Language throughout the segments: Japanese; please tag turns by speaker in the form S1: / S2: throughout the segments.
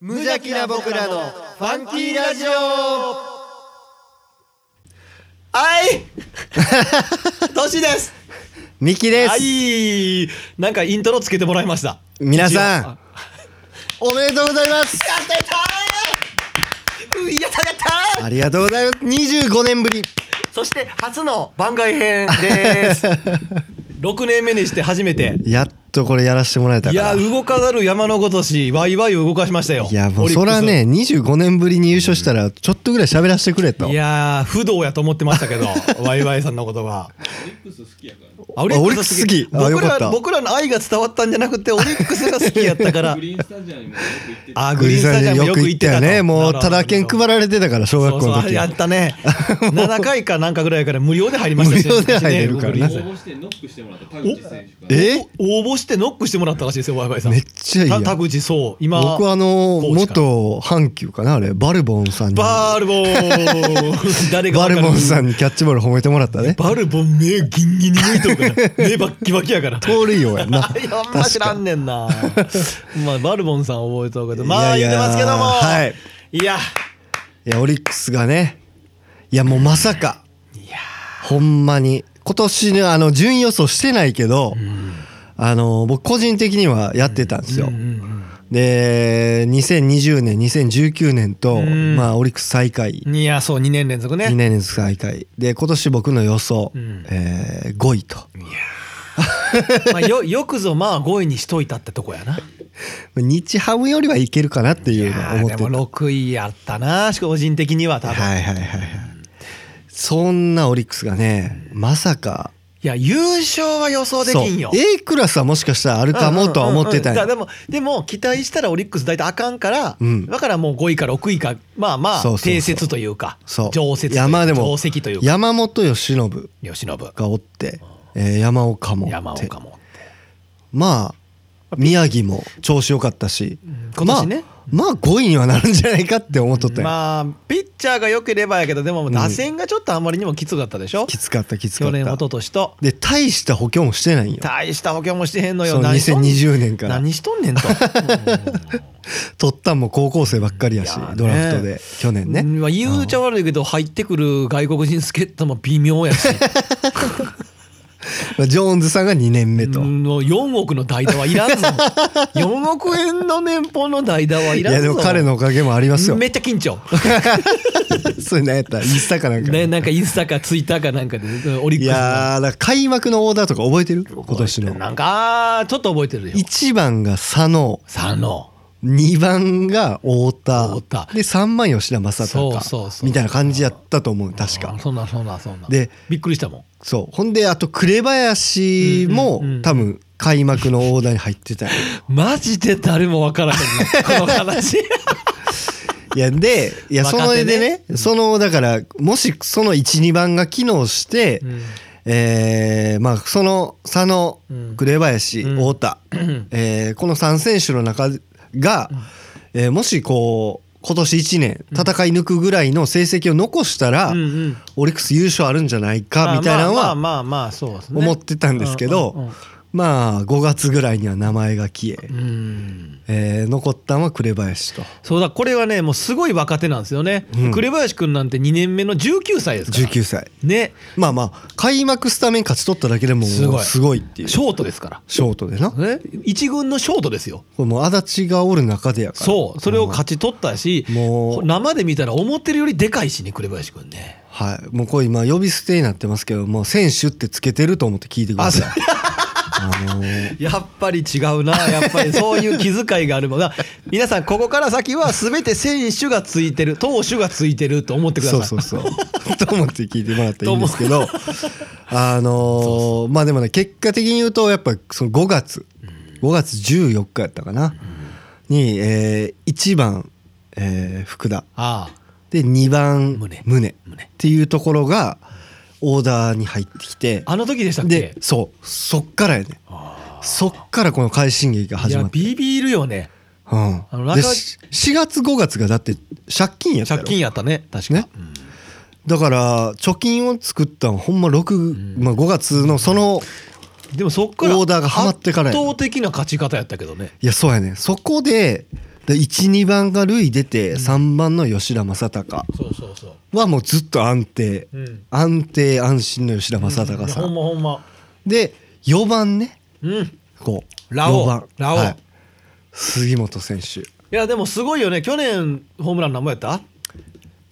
S1: 無邪気な僕らのファンキーラジオ
S2: はい。ト シです。
S3: ミキです、
S2: はい。なんかイントロつけてもらいました。
S3: 皆さんおめでとうございます
S2: やってたー。やったやった
S3: ありがとうございます25年ぶり
S2: ー。そして初の番外編 です。六年目にして初めて。
S3: やっとこれやらせてもらえた
S2: い
S3: から
S2: や動かざる山のごとしワイワイ動かしましたよ。
S3: いやも
S2: オ
S3: う
S2: リッ
S3: そ
S2: クス
S3: ら。ね25年ぶりに優勝したらちょっとぐらい喋らせてくれと
S2: いやー不動やと思ってましたけ どワイワイさんのことが。あオリックス好きやか
S3: あ
S2: ら。
S3: オ
S2: 僕
S3: リックス好きあよからった
S2: 僕らの愛が伝わったんじゃなくてオリックスが好きやったから
S4: グ。リーンスタジアムにもよく行ってて
S2: あ
S3: グリーンサイドよく行ったよねもうただ券配られてたから小学校の
S2: そうそうあれ
S3: 時
S2: やった ね7回かなんかぐらいから無料で入りましたし
S3: 無料で入れるからね
S2: 一年後グリ
S4: 応
S2: ーン
S4: 募してノックしてもらった田口選手から
S3: え
S2: 応募してノックしてもらったらしいですよワイワイさん
S3: めっちゃいいやん
S2: た田口そう今
S3: 僕あ
S2: コ
S3: の
S2: ーチか
S3: 元阪急かなあれバルボンさんに
S2: バルボン 誰が
S3: バ
S2: わか
S3: ル
S2: る
S3: ボンさんにキャッチボール褒めてもらったね
S2: バルボン目ギンギンに向いとる から目バッキバキやから
S3: 盗塁王やん な
S2: いやあんま知らんねんなまあバルボンさん覚えとうけどまあ
S3: い
S2: 言っ
S3: やい
S2: て
S3: や
S2: ますけども
S3: はい
S2: いや
S3: いやオリックスがねいやもうまさかほんまに今年ねあの順位予想してないけど、あの僕個人的にはやってたんですよ、で2020年2019年と、
S2: ん
S3: まあ、オリックス最下位
S2: いやそう2年連続ね
S3: 2年連続最下位で今年僕の予想、
S2: ん
S3: え5位と
S2: まあ、よ よくぞまあ5位にしといたってとこやな。
S3: 日ハムよりはいけるかなっていうのを思って
S2: で
S3: た
S2: も6位やったな個人的には多分、い、
S3: はいはいはいはいそんなオリックスがねまさか
S2: や優勝は予想できんよ
S3: そう A クラスはもしかしたらあるかもとは思ってたん
S2: うんうんうんだ
S3: や
S2: からでもでも期待したらオリックス大体あかんから、
S3: うん
S2: だからもう5位か6位かまあまあ
S3: そうそうそう
S2: 定説というか
S3: そう
S2: 常設というか
S3: 山でも
S2: 定石というか
S3: 山本由伸
S2: 吉信
S3: がおって、えー山岡もおって
S2: 山岡も
S3: まあ宮城も調子良かったし
S2: 今年ね、
S3: まあ、まあ5位にはなるんじゃないかって思っとったよ、
S2: まあピッチャーが良ければやけどでも打線がちょっとあんまりにもきつかったでしょ、
S3: きつかったきつ
S2: 去
S3: かっ
S2: 年一
S3: た
S2: 昨年と
S3: で大した補強もしてないんよ
S2: 大した補強もしてへんのよ
S3: その
S2: 何しとん
S3: 2020年から
S2: 何しとんねん と。
S3: 取ったんも高校生ばっかりやし
S2: いやーね
S3: ドラフトで去年ね、
S2: うんまあ言うちゃ悪いけど入ってくる外国人助っ人も微妙やし
S3: まあジョーンズさんが2年目と、
S2: うんもう4億の代打はいらん ぞ4億円の年俸の代打はい
S3: い
S2: らんぞ
S3: やでも彼のおかげもありますよ
S2: めっちゃ緊張
S3: それ何やったインスタかなんか、
S2: ねなんかインスタかツイッターかなんかでオリック
S3: い
S2: スの
S3: やーだから開幕のオーダーとか覚えてる今年
S2: な
S3: の
S2: んかあーちょっと覚えてるよ
S3: 1番が佐野
S2: 佐野
S3: 2番が太田
S2: 太田
S3: で3番吉田正尚
S2: そうそうそう
S3: みたいな感じやったと思う確
S2: あ
S3: か
S2: そんなそんなそんな
S3: で
S2: びっくりしたもん
S3: そうほんであと紅林も
S2: うんうんうん
S3: 多分開幕のオーダーに入ってたよ
S2: マジで誰もわからへんね この話
S3: いやでいやその
S2: 若手
S3: で
S2: ね
S3: ねそのだからもしその12番が機能して、
S2: うん
S3: えーまあその佐野
S2: うん
S3: 紅林、
S2: うん
S3: 太田、えーこの3選手の中が、えーもしこう今年1年戦い抜くぐらいの成績を残したら、
S2: うんうん
S3: オリックス優勝あるんじゃないかみたいなの
S2: まあまあ
S3: は
S2: まあまあそうですね
S3: 思ってたんですけ
S2: うんうんうん
S3: どまあ5月ぐらいには名前が消え
S2: うん
S3: えー残ったのは紅林と
S2: そうだこれはねもうすごい若手なんですよね、
S3: うん
S2: 紅林くんなんて2年目の19歳ですから
S3: 19歳
S2: ね
S3: まあまあ開幕スタメン勝ち取っただけでも
S2: すごい
S3: すごいっていう
S2: シ
S3: シ
S2: ョートですか
S3: ョートでなこ
S2: ら、ね、一軍のショートですよ
S3: れもう足立がおる中でやから
S2: そうそれを勝ち取ったし
S3: もう
S2: 生で見たら思ってるよりでかいしね紅林くんね
S3: はいもうこれ今呼び捨てになってますけどもう選手ってつけてると思って聞いてくださいあのー
S2: やっぱり違うなやっぱりそういう気遣いがあるもんな皆さんここから先は全て選手がついてる投手がついてると思ってくださ
S3: そ
S2: いう
S3: そうそ うと思って聞いてもらったらいいんですけどあのーまあでもね結果的に言うとやっぱその5月5月14日やったかなに、えー1番、えー福田
S2: ああ
S3: で2番
S2: 宗
S3: 宗っ
S2: 胸
S3: ていうところがオーダーに入ってきて
S2: あの時でしたっけ
S3: でそうそっからやねそっからこの快進撃が
S2: い
S3: 始
S2: や
S3: まって
S2: ビビるよね
S3: うん
S2: あの中
S3: でし4月5月がだって借金やったや
S2: 借
S3: ろ
S2: 金やったね確か
S3: ねだから貯金を作ったのほんま6、まあ、5月のその
S2: でもそっから
S3: オーダーがはまってからや
S2: 圧倒的な勝ち方やったけどね
S3: いやそうやねそこでで12番が塁出て3番の吉田正尚
S2: そうそうそ
S3: はもうずっと安定、
S2: う。うん。
S3: 安定安心の吉田正尚さん、
S2: ほんまほんま。
S3: で4番ね
S2: うん。い
S3: こう
S2: ラオウ
S3: 4番
S2: ラオウ
S3: はい、杉本選手
S2: やでもすごいよね。去年ホームラン何本やった？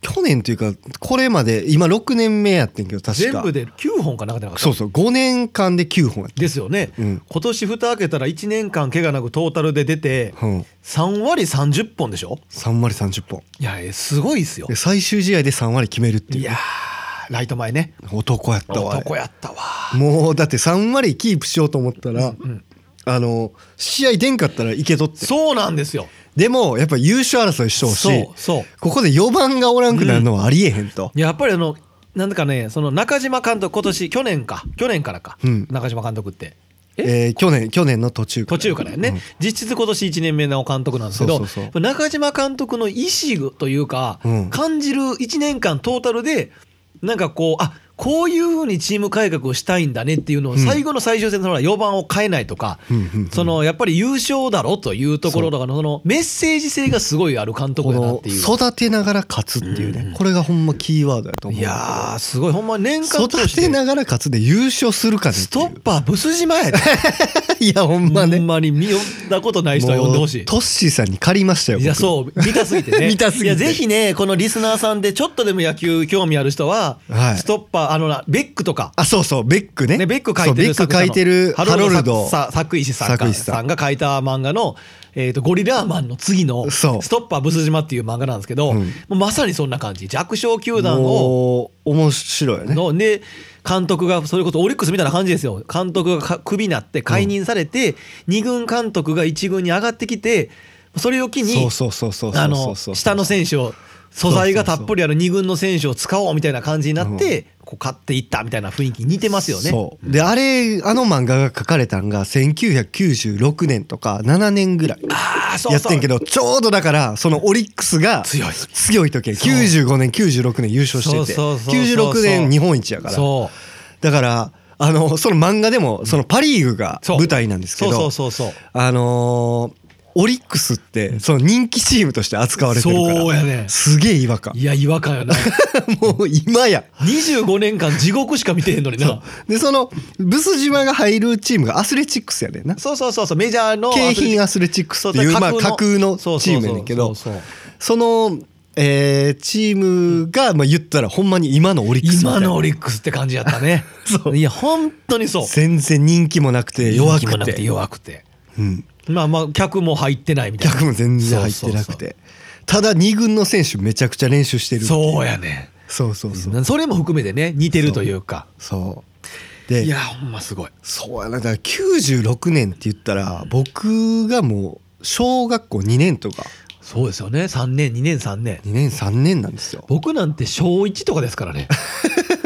S3: 去年というかこれまで今6年目やってんけど確か
S2: 全部で9本かなかったなかった
S3: そうそう5年間で9本やっ
S2: ですよね。
S3: うん
S2: 今年蓋開けたら1年間怪我なくトータルで出て
S3: た、うん、
S2: 3割30本でしょ？
S3: 3割30本
S2: いやえすごいっすよ
S3: で。最終試合で3割決めるっていう
S2: いやーライト前ね。
S3: 男やったわあれ
S2: 男やったわ。
S3: もうだって3割キープしようと思ったら、
S2: ん
S3: あの試合出んかったらいけとって
S2: そうなんですよ。
S3: でもやっぱ優勝争いしてほしい
S2: そうそう
S3: ここで4番がおらんくなるのはありえへんと、
S2: やっぱりあのなんだかねその中島監督今年去年か去年からか、
S3: うん
S2: 中島監督って
S3: えー去年去年の途中
S2: 途中からやね、
S3: うん
S2: 実質今年1年目の監督なんですけど
S3: そうそうそ
S2: 中島監督の意思というか、
S3: うん
S2: 感じる1年間トータルでなんかこうあこういうふうにチーム改革をしたいんだねっていうのを
S3: ん
S2: 最後の最終戦のほら4番を変えないとか、
S3: うんうんうん
S2: そのやっぱり優勝だろというところとかのそのメッセージ性がすごいある監督
S3: こ
S2: だな
S3: の
S2: っていう。
S3: 育てながら勝つっていうね、これがほんまキーワードやと思う
S2: いやーすごいほんま年間通
S3: 育
S2: して
S3: てながら勝つで優勝するかねっていう
S2: ストッパーブス島やで
S3: いやほんま
S2: ほ
S3: ね
S2: んまに見よったことない人は呼んでほし
S3: もう
S2: い
S3: トッシーさんに借りましたよ
S2: いや
S3: 僕
S2: そう見たすぎてね
S3: 見たすぎて
S2: いやぜひねこのリスナーさんでちょっとでも野球興味ある人は、
S3: はい
S2: ストッパーあのなベックとか、
S3: あそうそうベックね
S2: ね、ベック書いてる
S3: そうベック書いてる
S2: 作
S3: ハ
S2: 者の
S3: ロルド
S2: さ作石さん
S3: 作
S2: か
S3: 石さん
S2: さんが書いた漫画の「えー、とゴリラーマン」の次の「ス
S3: そう
S2: トッパーブス島」っていう漫画なんですけど、
S3: うん
S2: もうまさにそんな感じ弱小球団を
S3: もう面白いよね
S2: ので監督がそれこそオリックスみたいな感じですよ監督がかクビになって解任されて、二軍監督が一軍に上がってきてそれを機に
S3: そうそうそうそうそう
S2: あ
S3: そ
S2: の
S3: うそう
S2: 下の選手を素材がたっぷりある二軍の選手を使おうみたいな感じになって、こう勝っていったみたいな雰囲気似てますよね。
S3: そうであれあの漫画が書かれたんが1996年とか7年ぐらい
S2: あーそうそう
S3: やってんけどちょうどだからそのオリックスが
S2: 強い
S3: 強い時や95年96年優勝してて
S2: そうそうそうそう
S3: 96年日本一やから
S2: そう
S3: だからあのその漫画でもそのパ・リーグが
S2: そう
S3: 舞台なんですけ
S2: そ
S3: ど
S2: うそうそうそう
S3: あのーオリックスってその人気チームとして扱われてるから
S2: そうやね
S3: すげえ違和感
S2: いや違和感や な
S3: もう今や
S2: 25年間地獄しか見てへんのにな
S3: でそのブス島が入るチームがアスレチックスやねんな
S2: そうそうそうそうメジャーの
S3: 京浜アスレチックスっていうまあ架空のチームやねんけど
S2: そうそうそうそう
S3: その、えーチームが、まあ、言ったらほんまに今のオリックスみたいな
S2: 今のオリックスって感じやったね いや本当にそう
S3: 全然人気もなくて弱
S2: 人気も
S3: く
S2: な
S3: て
S2: くて弱くて
S3: うん、
S2: まあまあ客も入ってないみたいな
S3: 客も全然入ってな
S2: そう
S3: く
S2: そう
S3: てただ2軍の選手めちゃくちゃ練習してるってい
S2: そう
S3: う
S2: そうやね
S3: そうそうそう
S2: それも含めてね似てるというか
S3: そうで
S2: いやほんますごい
S3: そうやなだから96年って言ったら僕がもう小学校2年とか
S2: そうですよね3年2年3年
S3: 2年3年なんですよ
S2: 僕なんて小1とかですから ね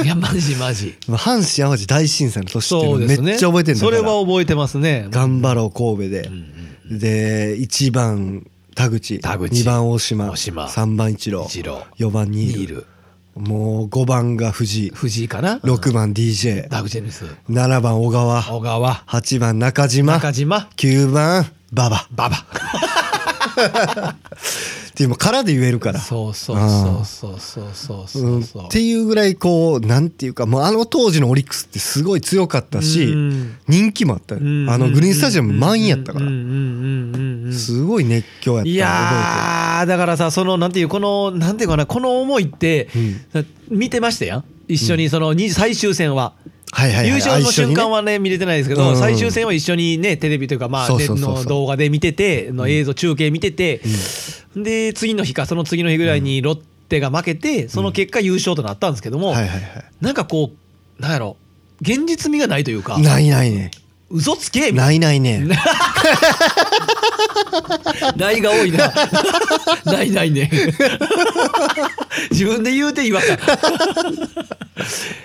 S2: いやマジマジ
S3: 阪神・淡路大震災の年ってい
S2: そうう
S3: の
S2: ですね
S3: めっちゃ覚えてるんだ
S2: そ
S3: から
S2: れは覚えてますね
S3: 頑張ろう神戸で、
S2: うん
S3: で1番田口
S2: 田口
S3: 2番大島
S2: 大島
S3: 3番一郎
S2: 一郎
S3: 4番
S2: ニ
S3: ニー
S2: ー
S3: ル
S2: ル
S3: もう5番が藤井
S2: 藤井かな
S3: 6番 DJ7
S2: ダグジェニス
S3: 番小川
S2: 小川
S3: 8番中島
S2: 中島
S3: 9番馬場
S2: 馬場
S3: っていうもうからで言えるから
S2: そうそうそうそうそうそうそううん
S3: っていうぐらいこうなんていうかもうあの当時のオリックスってすごい強かったし
S2: うん
S3: 人気もあったよ
S2: うん
S3: あのグリーンスタジアム満員やったか
S2: うん
S3: ら
S2: うんうんうんうん
S3: すごい熱狂やったの覚えてる
S2: いやーだからさそのなんていうこのなんていうかなこの思いって、見てましたやん一緒にその、に最終戦は。
S3: はいはいはい
S2: 優勝の瞬間
S3: は
S2: はね見れてないですけど、
S3: うんうん
S2: 最終戦は一緒にねテレビというかまあ
S3: そうそうそうそう
S2: の動画で見てての映像中継見てて、で次の日かその次の日ぐらいにロッテが負けてその結果優勝となったんですけども、
S3: はいはいは
S2: なんかこうなんやろ現実味がないというか
S3: いないないね
S2: 嘘つけみたいな
S3: ないないね
S2: ないが多い な。ないないね。自分で言うて違和感。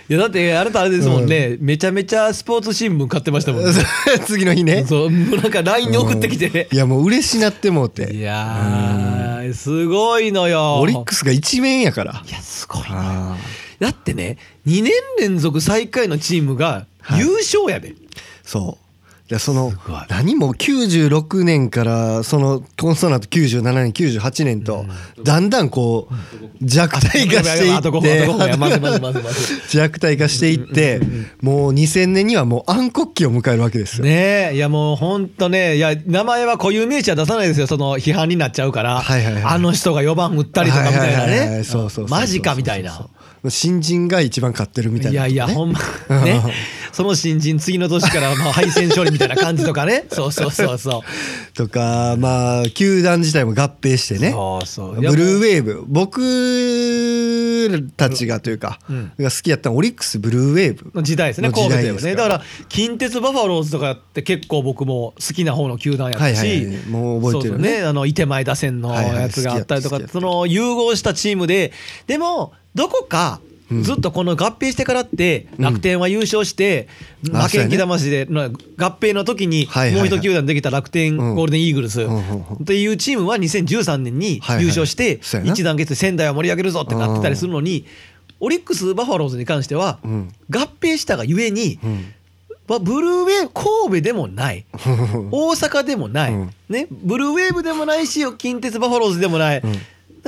S2: いやだってあなたあれですもんね、めちゃめちゃスポーツ新聞買ってましたもんね。
S3: 次の日ね
S2: そうもうなんか LINE に送ってきてね
S3: い。やもう嬉しなってもう
S2: い
S3: て
S2: やーすごいのよ。
S3: オリックスが一面やから
S2: いやすごいな。
S3: あ
S2: だってね2年連続最下位のチームが優勝やで。
S3: ーそうでその
S2: ごい
S3: 何も96年からそのコンソナート97年98年とだんだんこう弱体化してい
S2: あと5分あと5分やまずまず
S3: っ
S2: まずまず
S3: て弱体化していってもう2000年にはもう暗黒期を迎えるわけですよ。
S2: ねえいやもうほんとねいや名前は固有名詞は出さないですよその批判になっちゃうから、
S3: はいはいはい
S2: あの人が4番打ったりとかみたいな
S3: はははは
S2: ね
S3: そうそうそうそう
S2: マジかみたいな。
S3: 新人が一番勝ってるみたい
S2: い
S3: な
S2: やい
S3: とかね、
S2: やほんま ねその新人次の年からまあ敗戦勝利みたいな感じとかねそうそうそうそう
S3: とかまあ球団自体も合併してね
S2: そうそう
S3: ブ
S2: いや
S3: ルーウェーブ僕たちがというか、
S2: うん
S3: が好きやったのはオリックスブルーウェーブ
S2: の時代ですね
S3: の
S2: 神
S3: 時
S2: 戸とい
S3: 代
S2: え
S3: で
S2: ば
S3: すか
S2: ね
S3: ら
S2: だから近鉄バファローズとかって結構僕も好きな方の球団やったし、
S3: はいはいはいもう覚えてる
S2: そ
S3: ね
S2: うそうねあの伊手前打線の
S3: はいはい
S2: やつがあったりとか、
S3: 好きやった
S2: その融合したチームででもどこか
S3: ん
S2: ずっとこの合併してからって楽天は優勝して、
S3: あ
S2: 負
S3: そう
S2: け
S3: や
S2: ん
S3: ね
S2: 気魂でな合併の時に
S3: はいはい
S2: も
S3: は
S2: う
S3: い
S2: 一球団できた楽天
S3: うん
S2: ゴールデンイーグルス
S3: んうんうん
S2: っていうチームは2013年に
S3: はいはい
S2: 優勝して
S3: そうやな
S2: 一団結仙台を盛り上げるぞってなってたりするのにオリックス・バファローズに関しては
S3: うん
S2: 合併したがゆえに、
S3: うん
S2: まあブルーウェーブ神戸でもない大阪でもない、
S3: うん
S2: ね、ブルーウェーブでもないし近鉄バファローズでもない、
S3: ん
S2: なんか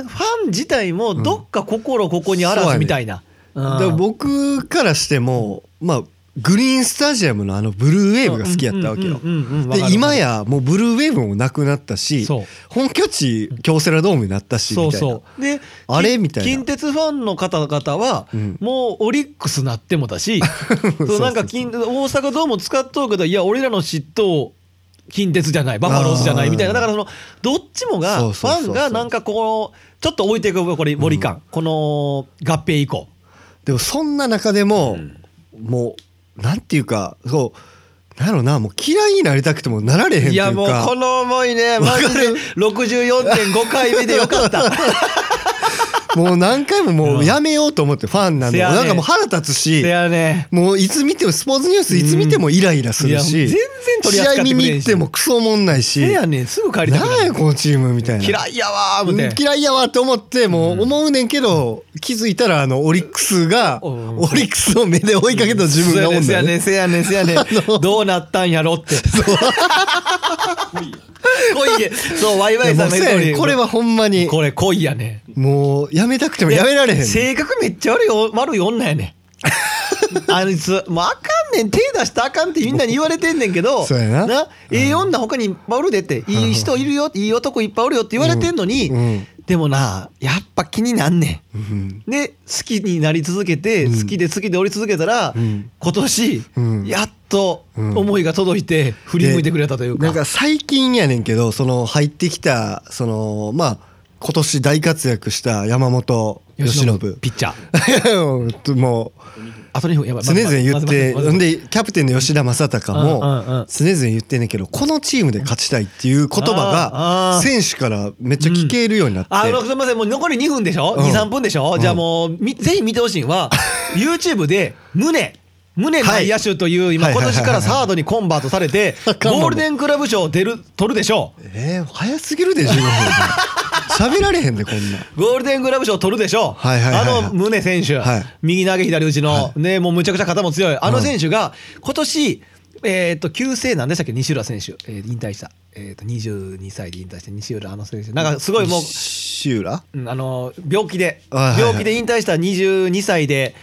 S2: ファン自体もどっか心ここにあらずみたいな。うん
S3: だから僕からしても、まあグリーンスタジアムのあのブルーウェーブが好きやったわけよ
S2: うんうんうんうんわかる
S3: で今やもうブルーウェーブもなくなったし
S2: そう
S3: 本拠地京セラドームになったしみたい
S2: そ
S3: な
S2: うそうで
S3: あれみたいな
S2: 近鉄ファンの方々は、
S3: うん
S2: もうオリックスなってもだ し
S3: そう
S2: そうなんか近大阪ドーム使っとうけどいや俺らの嫉妬近鉄じゃないバファローズじゃないみたいな
S3: あー
S2: だからそのどっちもが
S3: そう
S2: フ
S3: そうそう
S2: ァ
S3: そ
S2: ン
S3: う
S2: がなんかこうちょっと置いていくこれ森感、この合併以降
S3: でもそんな中でも、もうなんていうかそうなんやろなもう嫌いになりたくてもなられへんというか
S2: いやもうこの思いねマジで64.5回目でよかった
S3: もう何回もも
S2: うん
S3: うやめようと思ってファンなの、
S2: せやね
S3: なんかもう腹立つし
S2: せやね
S3: もういつ見てもスポーツニュースいつ見てもイライラする
S2: いや
S3: し
S2: 全然取り
S3: 試
S2: 扱って
S3: 合
S2: くれへ
S3: 見
S2: んし
S3: に行ってもクソおもんないし
S2: せやねすぐ帰りたく
S3: なんやこのチームみたいな
S2: 嫌いやわー
S3: う
S2: 思
S3: ん
S2: て
S3: 嫌いやわって思ってもう思うねんけど気づいたらあのオリックスが
S2: うん
S3: オリックスの目で追いかけた自分がおんだよ
S2: せや
S3: ね
S2: ねせやねせやねせ やねどうなったんやろって 恋やそうワイワイ
S3: いや
S2: さん
S3: もう
S2: の言
S3: せ
S2: う
S3: や
S2: 通
S3: ね
S2: り
S3: これはほんまに
S2: これ恋やね
S3: もうやめたくてもやめられへん
S2: 性格めっちゃ悪いお悪い女やねあいつもうあかんねん手出したらあかんってみんなに言われてんねんけど
S3: そうやな
S2: ええ女他にいっぱいおるでっていい人いるよいい男いっぱいおるよって言われてんのに、
S3: うんうん
S2: でもなやっぱ気になんねん
S3: うん
S2: で好きになり続けて
S3: うん
S2: 好きで好きでおり続けたら、
S3: うん
S2: 今年、
S3: うん
S2: やっと
S3: うん
S2: 思いが届いて振り向いてくれたというか
S3: なんか最近やねんけどその入ってきたそのまあ今年大活躍した山本由伸
S2: ピッチャー
S3: も
S2: あと2分やば
S3: う
S2: い
S3: 常々言っ
S2: まずまず
S3: て
S2: まずまず
S3: んでキャプテンの吉田正尚も
S2: うんうんうん
S3: 常々言ってんねんけどこのチームで勝ちたいっていう言
S2: あーあー
S3: 葉が選手からめっちゃ聞けるようになって
S2: あのすみませんもう残り2分でしょ、
S3: うん
S2: 23分でしょ、
S3: うん
S2: じゃあもうみぜひ見てほしいのは YouTube で宗宗
S3: は
S2: 内
S3: い
S2: 野手という今
S3: はい
S2: 今
S3: はいはいは
S2: 年
S3: い
S2: からサードにコンバートされ て
S3: あかんわも
S2: ゴー
S3: う
S2: ルデンクラブ賞出る取るでしょう
S3: えー早すぎるで15分喋られへんでこんなん
S2: ゴールデングラブ賞取るでしょう、
S3: はいはいはいはい
S2: あの宗選手、
S3: はい
S2: 右投げ左打ちの、
S3: は
S2: ね、もうむちゃくちゃ肩も強い、あの選手が今年えー、と旧姓なんでしたっけ、西浦選手、えー引退した、えー、と22歳で引退して、西浦、あの選手、なんかすごいもう、
S3: シューラ
S2: うんあの病気で、
S3: はいはいはい
S2: 病気で引退した22歳で、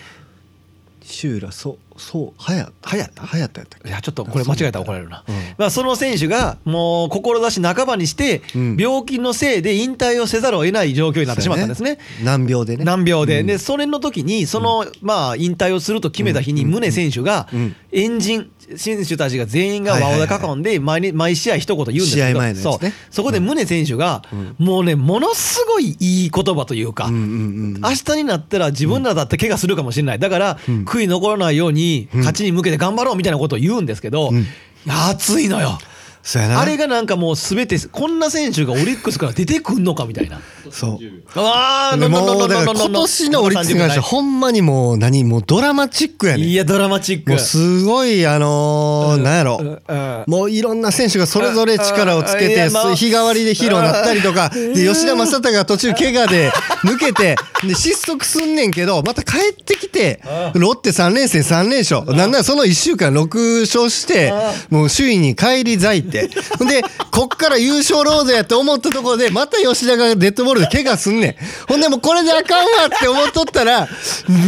S3: シューラそうそう早早った早ったやったっ
S2: い
S3: け
S2: やちょっとこれ間違えたら怒られるな、
S3: うん
S2: まあ、その選手がもう志半ばにして
S3: うん
S2: 病気のせいで引退をせざるを得ない状況になってしまったんですね。
S3: 難病でね
S2: 難病で、
S3: うん
S2: でそれの時にその、まあ引退をすると決めた日に宗選手が
S3: うん
S2: エンジン選手たちが全員が
S3: はいはいはい
S2: 和田囲んで毎日毎試合一言言うんですけど
S3: 試合前のやつ
S2: そ
S3: ね
S2: うそこで宗選手が
S3: ん
S2: もうねものすごいいい言葉というか、
S3: うんうんうん
S2: 明日になったら自分らだって怪我するかもしれないだから
S3: うん
S2: 悔い残らないように勝ちに向けて頑張ろうみたいなことを言うんですけど、
S3: うん
S2: 熱いのよ
S3: そうやな
S2: あれがなんかもう全てこんな選手がオリックスから出てくんのかみたいな
S3: そう
S2: ああ、ど
S3: で
S2: んどんど
S3: も
S2: んど
S3: うだ
S2: ん
S3: か
S2: どんど
S3: ら
S2: ん
S3: 今年のオリックスに関してはほんまにもう何もうドラマチックやねん
S2: いや、ドラマチック。
S3: もうすごいあのーなんやろ、
S2: うんうん
S3: もういろんな選手がそれぞれ力をつけ
S2: あい
S3: て
S2: や
S3: す
S2: まあ
S3: 日替わりでヒーローになったりとかで吉田正尚が途中怪我で抜けてで失速すんねんけどまた帰ってきてロッテ3連戦3連勝なんならその1週間6勝してもう首位に返り咲いてほんでこっから優勝ロードやって思ったところでまた吉田がデッドボールで怪我すんねんほんでもうこれであかんわって思っとったら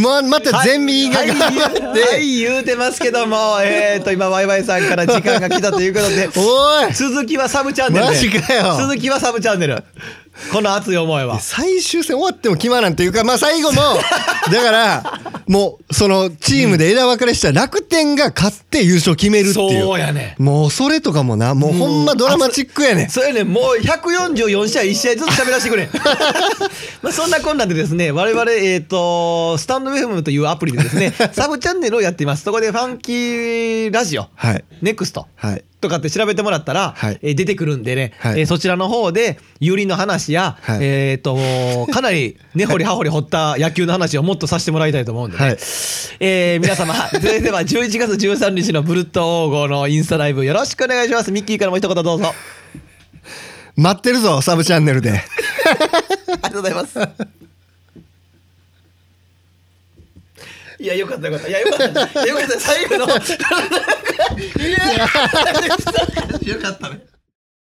S3: ままた全民が
S2: はい、
S3: 頑張って。、
S2: はい言うてますけども、えーと、今、ワイワイさんから時間が来たということで
S3: おい
S2: 続きはサブチャンネルで。
S3: マジかよ
S2: 続きはサブチャンネル。この熱い思いは。
S3: 最終戦終わっても暇なんていうか、まあ、最後もだからもうそのチームで枝分かれした楽天が勝って優勝決めるっていう
S2: そうやね
S3: もうそれとかもなもうほんまドラマチックやねん
S2: そうやねもう144試合1試合ずつ喋らせて くれまあそんなこんなでですね我々えっ、とスタンド FM というアプリでです ねサブチャンネルをやっていますそこでファンキーラジオ、
S3: はい
S2: ネクスト
S3: はい
S2: とかって調べてもらったら、
S3: はい
S2: えー出てくるんでね、
S3: はい
S2: えーそちらの方でユリの話や、
S3: はい
S2: えっ、とかなり根掘り葉掘り掘った野球の話をもっとさせてもらいたいと思うんで、ね
S3: はい
S2: えー皆様 それでは11月13日のブルット黄金のインスタライブよろしくお願いしますミッキーからも一言どうぞ
S3: 待ってるぞサブチャンネル で
S2: ありがとうございますいやよかったよかったいやよかったいやよかった最後のいやよかったね